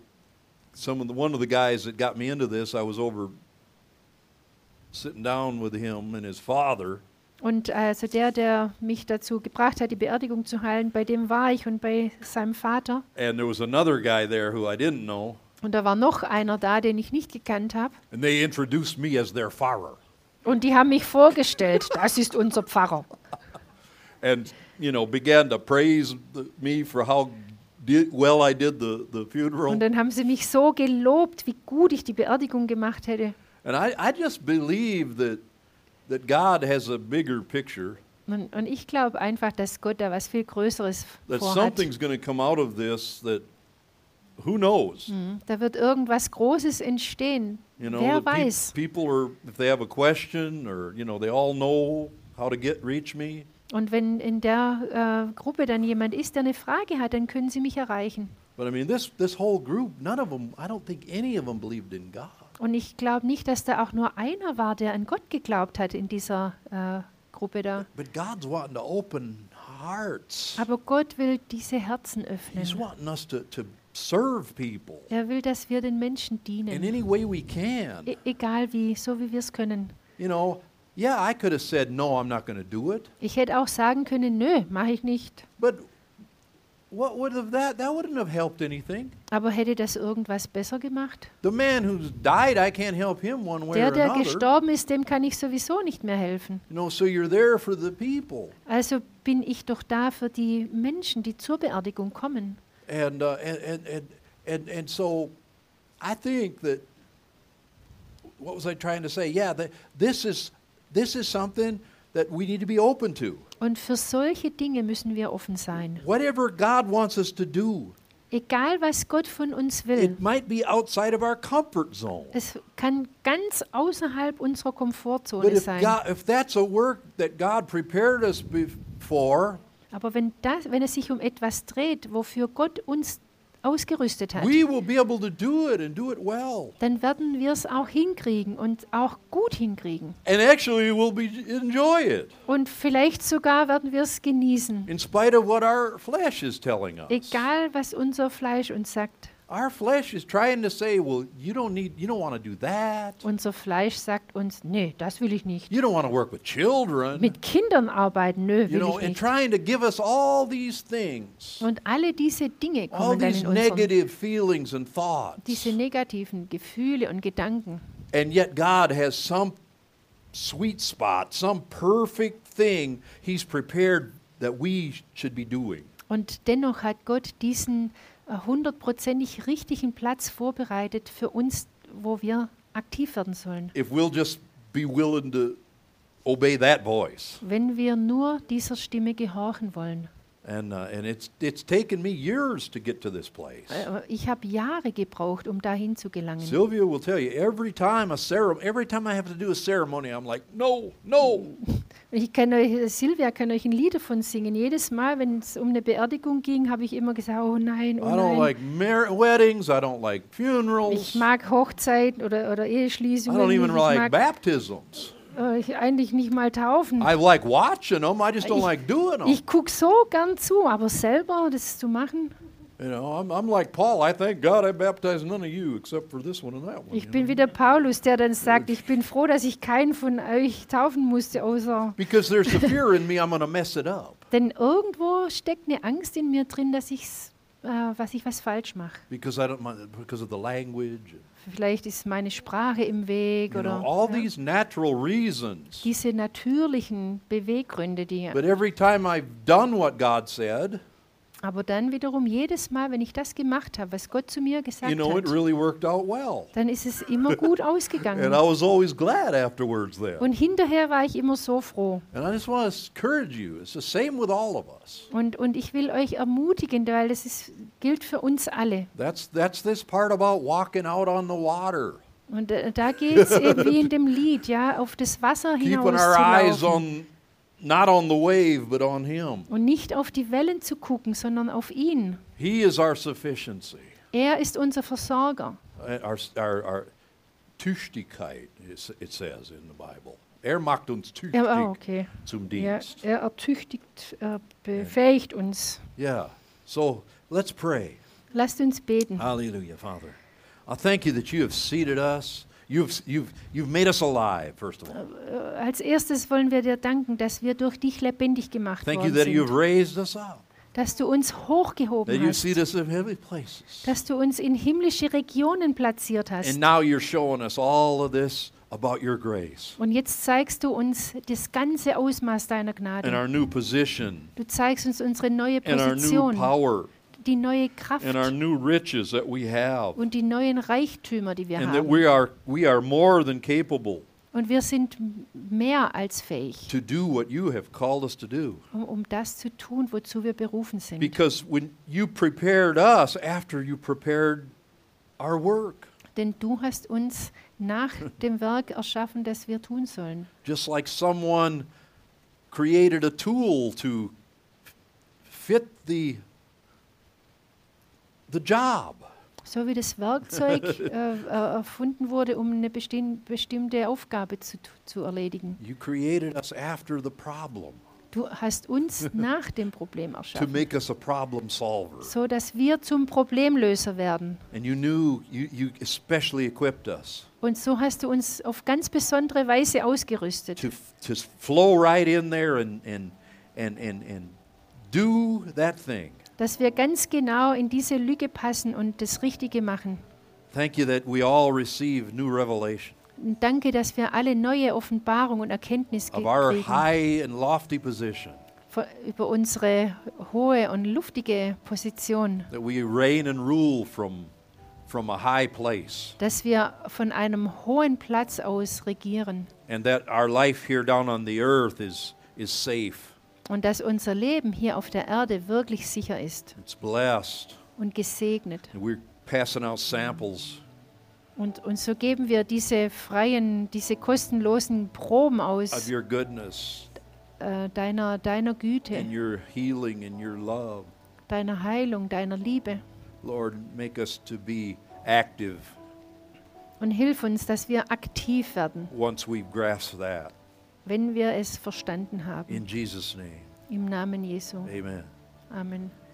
some of the one of the guys that got me into this. I was over sitting down with him and his father,
Und also der, der mich dazu gebracht hat, die Beerdigung zu heilen, bei dem war ich und bei seinem Vater.
and there was another guy there who I didn't know,
Und da war noch einer da, den ich nicht gekannt habe.
and they introduced me as their father.
Und die haben mich vorgestellt, das ist unser Pfarrer.
and you know began to praise the, me for how did, well I did the, the funeral.
Und dann haben sie mich so gelobt, wie gut ich die Beerdigung gemacht hätte.
And I, I just believe that that God has a bigger picture.
Und, und ich glaube einfach, dass Gott da was viel Größeres
That
vorhat.
something's going to come out of this that who knows.
Da wird irgendwas Großes entstehen.
You know,
Wer
the peop-
weiß.
people are if they have a question or you know they all know how to get reach me.
Und wenn in der äh, Gruppe dann jemand ist, der eine Frage hat, dann können sie mich erreichen.
But I mean this this whole group, none of them, I don't think any of them believed in God.
Und ich glaube nicht, dass da auch nur einer war, der an Gott geglaubt hat in dieser äh, Gruppe da.
But God's wanting to open hearts.
Aber Gott will diese Herzen
He's
öffnen.
wanting us to, to serve people
Er will, dass wir den Menschen
in
dienen.
any way we can.
E egal wie, so wie wir es können.
You know, yeah, I could have said, no, I'm not going to do it.
Ich hätte auch sagen können, nö, mache ich nicht.
But what would have that? That wouldn't have helped anything.
Aber hätte das irgendwas besser gemacht?
The man who's died, I can't help him one way
Der,
or
der
another.
gestorben ist, dem kann ich sowieso nicht mehr helfen.
You know, so you're there for the people.
Also bin ich doch da für die Menschen, die zur Beerdigung kommen.
And, uh, and, and, and, and, and so I think that, what was I trying to say? Yeah, that this, is, this is something that we need to be open to.
Und für solche Dinge müssen wir offen sein.
Whatever God wants us to do,
Egal, was Gott von uns will.
it might be outside of our comfort zone.
Es kann ganz außerhalb unserer
But
Komfortzone
if,
sein.
God, if that's a work that God prepared us bef- for,
Aber wenn, das, wenn es sich um etwas dreht, wofür Gott uns ausgerüstet hat,
we will be able to do it and do it well.
dann werden wir es auch hinkriegen und auch gut hinkriegen.
And actually, we'll be enjoy it
Und vielleicht sogar werden wir es genießen,
in spite of what our flesh is telling us.
egal was unser Fleisch uns sagt.
Our flesh is trying to say, "Well, you don't need, you don't want to do that.
Unser Fleisch sagt uns, nee, das will ich nicht.
You don't want to work with children."
Mit Kindern arbeiten, nö,
you
will
know,
ich
and
nicht.
trying to give us all these things,
Und alle diese Dinge
all
kommen dann
these
in uns.
negative feelings and thoughts.
Diese negativen Gefühle und Gedanken.
And yet, God has some sweet spot, some perfect thing He's prepared that we should be doing.
Und dennoch hat Gott diesen äh, hundertprozentig richtigen Platz vorbereitet für uns, wo wir aktiv werden sollen.
If we'll just be willing to obey that voice.
Wenn wir nur dieser Stimme gehorchen wollen.
And, uh, and it's, it's taken me years to get to this place.
Äh, Ich habe Jahre gebraucht, um dahin zu gelangen.
Sylvia will tell you every time a ceremony, every time I have to do a ceremony, I'm like, no, no,
Ich kann euch, äh, Silvia kann euch ein Lied davon singen. Jedes Mal, wenn es um eine Beerdigung ging, habe ich immer gesagt, oh nein, oh
I don't
nein.
like mar- weddings. I don't like
Ich
funerals. I
mag Hochzeiten oder, oder Eheschließungen.
don't
nicht.
even like
Ich mag
baptisms.
äh, ich eigentlich nicht mal taufen.
I like watching them. I just don't
Ich-
like doing them.
Ich gucke so gern zu, aber selber das zu machen,
you know, I'm, I'm like Paul. I thank God I baptized none of you except for this one and that one.
Ich
you
bin
know.
wie der Paulus, der dann sagt, ich bin froh, dass ich keinen von euch taufen musste, außer.
because there's the fear in me I'm going to mess it up
Denn irgendwo steckt eine Angst in mir drin, dass ich's, äh, was ich was falsch mache.
because I don't mind, because of the language.
Vielleicht ist meine Sprache im Weg
You know,
oder
all
ja,
these natural reasons.
diese natürlichen Beweggründe, die.
But every time I've done what God said,
Aber dann wiederum jedes Mal, wenn ich das gemacht habe, was Gott zu mir gesagt
you know, it
hat,
really worked out well.
dann ist es immer gut
And I
ausgegangen.
was always glad afterwards then.
Und hinterher war ich immer so froh.
And I just want to encourage you. It's the same with all of us.
Und, und ich will euch ermutigen, weil das ist, gilt für uns alle.
That's that's this part about walking out on the water,
Und äh, da geht es eben wie in dem Lied, ja, auf das Wasser
keeping our eyes
hinaus
on not on the wave but on Him.
und nicht auf die Wellen zu gucken, sondern auf ihn.
He is our sufficiency,
Er ist unser Versorger.
uh, our our, our Tüchtigkeit. is- It says in the Bible, "Er macht uns tüchtig
Er, ah, okay.
zum
Ja,
Dienst."
er ertüchtigt, er befähigt uns.
yeah. So let's pray.
Lasst uns
Ah.
beten.
Hallelujah, Father. I thank you that you have seated us. You've you've you've made us alive. First of all.
Äh, Als erstes wollen wir dir danken, dass wir durch dich lebendig gemacht
Thank you
worden
that you've
sind.
raised us up,
Dass du uns
that
hochgehoben
you
hast.
seat us in heavenly places.
Dass du uns in himmlische Regionen platziert hast.
And now you're showing us all of this about your grace
Und jetzt zeigst du uns das ganze Ausmaß deiner
and
Gnade.
our new position
Du zeigst uns unsere neue
and our new
Position,
power
die neue Kraft
and our new riches that we have.
und die neuen Reichtümer, die wir
And that
haben.
we are we are more than capable
Und wir sind m- mehr als fähig,
to do what you have called us to do.
um, um das zu tun, wozu wir berufen sind.
Because when you prepared us after you prepared our work,
Denn du hast uns nach dem Werk erschaffen, das wir tun sollen.
just like someone created a tool to fit the the job
So wie das Werkzeug äh, äh, erfunden wurde, um eine bestehn- bestimmte Aufgabe zu, tu- zu erledigen.
you created us after the problem
Du hast uns nach dem Problem
to
erschaffen.
make us a problem solver
so dass wir zum Problemlöser werden.
and you knew you, you especially equipped us
Und so hast du uns auf ganz besondere Weise ausgerüstet,
to f- to s- flow right in there and and and and, and do that thing
dass wir ganz genau in diese Lüge passen und das Richtige machen.
thank you that we all receive new revelation
Und danke, dass wir alle neue Offenbarung und Erkenntnis ge-
of our
kriegen
high and lofty position
vor- über unsere hohe und luftige Position,
that we reign and rule from from a high place
dass wir von einem hohen Platz aus regieren
and that our life here down on the earth is is safe
und dass unser Leben hier auf der Erde wirklich sicher ist
it's blessed
und gesegnet.
and we're passing out samples
Und, und so geben wir diese freien, diese kostenlosen Proben
of
aus
your goodness
äh, deiner, deiner
and
Güte,
your healing and your love
deiner Heilung, deiner Liebe.
Lord, make us to be active
Und hilf uns, dass wir aktiv werden,
once we've grasped that.
wenn wir es verstanden haben.
In Jesus' name,
Im Namen Jesu.
amen.
Amen.